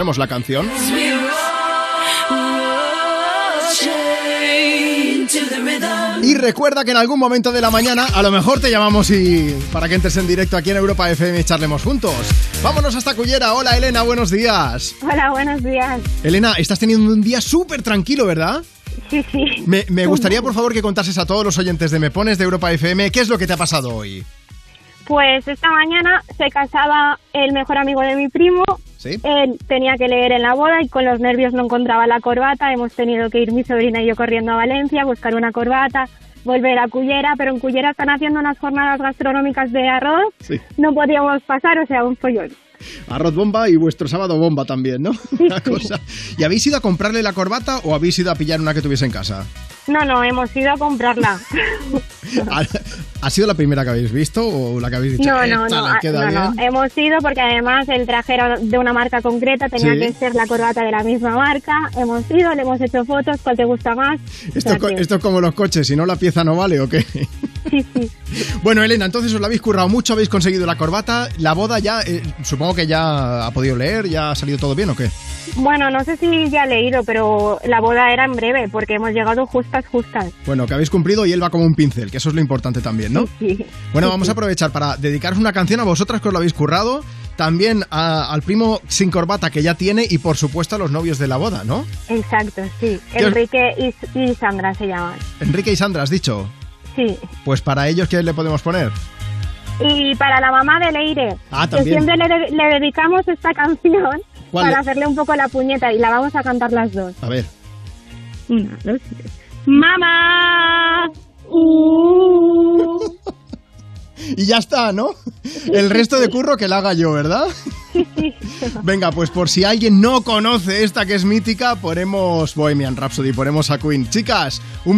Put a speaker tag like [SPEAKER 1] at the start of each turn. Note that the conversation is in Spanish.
[SPEAKER 1] Tenemos la canción. Y recuerda que en algún momento de la mañana a lo mejor te llamamos y para que entres en directo aquí en Europa FM y charlemos juntos. Vámonos hasta Cullera. Hola Elena, buenos días.
[SPEAKER 2] Hola, buenos días.
[SPEAKER 1] Elena, estás teniendo un día súper tranquilo, ¿verdad?
[SPEAKER 2] Sí, sí.
[SPEAKER 1] Me, me gustaría por favor que contases a todos los oyentes de Me Pones de Europa FM qué es lo que te ha pasado hoy.
[SPEAKER 2] Pues esta mañana se casaba el mejor amigo de mi primo.
[SPEAKER 1] ¿Sí?
[SPEAKER 2] Él tenía que leer en la boda y con los nervios no encontraba la corbata. Hemos tenido que ir mi sobrina y yo corriendo a Valencia a buscar una corbata, volver a Cullera, pero en Cullera están haciendo unas jornadas gastronómicas de arroz.
[SPEAKER 1] Sí.
[SPEAKER 2] No podíamos pasar, o sea, un follón.
[SPEAKER 1] Arroz bomba y vuestro sábado bomba también, ¿no? Una
[SPEAKER 2] sí.
[SPEAKER 1] cosa. ¿Y habéis ido a comprarle la corbata o habéis ido a pillar una que tuviese en casa?
[SPEAKER 2] No, no, hemos ido a comprarla.
[SPEAKER 1] ¿Ha, ha sido la primera que habéis visto o la que habéis dicho?
[SPEAKER 2] No, no,
[SPEAKER 1] "Esta
[SPEAKER 2] no,
[SPEAKER 1] le
[SPEAKER 2] a-
[SPEAKER 1] queda
[SPEAKER 2] no, no.
[SPEAKER 1] bien"?
[SPEAKER 2] Hemos ido porque además el traje era de una marca concreta, tenía
[SPEAKER 1] Sí.
[SPEAKER 2] que ser la corbata de la misma marca. Hemos ido, le hemos hecho fotos, ¿cuál te gusta más? O
[SPEAKER 1] Esto,
[SPEAKER 2] sea
[SPEAKER 1] es co-
[SPEAKER 2] que-
[SPEAKER 1] esto es como los coches, si no la pieza no vale o qué.
[SPEAKER 2] Sí, sí.
[SPEAKER 1] Bueno, Elena, entonces os la habéis currado mucho, habéis conseguido la corbata, la boda ya, eh, supongo que ya ha podido leer, ya ha salido todo bien o qué.
[SPEAKER 2] Bueno, no sé si ya he leído, pero la boda era en breve porque hemos llegado justas, justas.
[SPEAKER 1] Bueno, que habéis cumplido y él va como un pincel, que eso es lo importante también, ¿no?
[SPEAKER 2] Sí.
[SPEAKER 1] Bueno, vamos a aprovechar para dedicaros una canción a vosotras que os lo habéis currado, también a- al primo sin corbata que ya tiene y por supuesto a los novios de la boda, ¿no?
[SPEAKER 2] Exacto, sí.
[SPEAKER 1] Yo-
[SPEAKER 2] Enrique y, y Sandra se llaman.
[SPEAKER 1] Enrique y Sandra, has dicho.
[SPEAKER 2] Sí.
[SPEAKER 1] Pues para ellos, ¿qué le podemos poner?
[SPEAKER 2] Y para la mamá de Leire,
[SPEAKER 1] Ah,
[SPEAKER 2] que
[SPEAKER 1] también.
[SPEAKER 2] siempre le, de- le dedicamos esta canción
[SPEAKER 1] ¿Cuál
[SPEAKER 2] para
[SPEAKER 1] le-
[SPEAKER 2] hacerle un poco la puñeta y la vamos a cantar las dos.
[SPEAKER 1] A ver.
[SPEAKER 2] Una, dos, tres. ¡Mamá! Uh.
[SPEAKER 1] Y ya está, ¿no? El resto de curro que la haga yo, ¿verdad? Venga, pues por si alguien no conoce esta que es mítica, ponemos Bohemian Rhapsody, ponemos a Queen. Chicas, un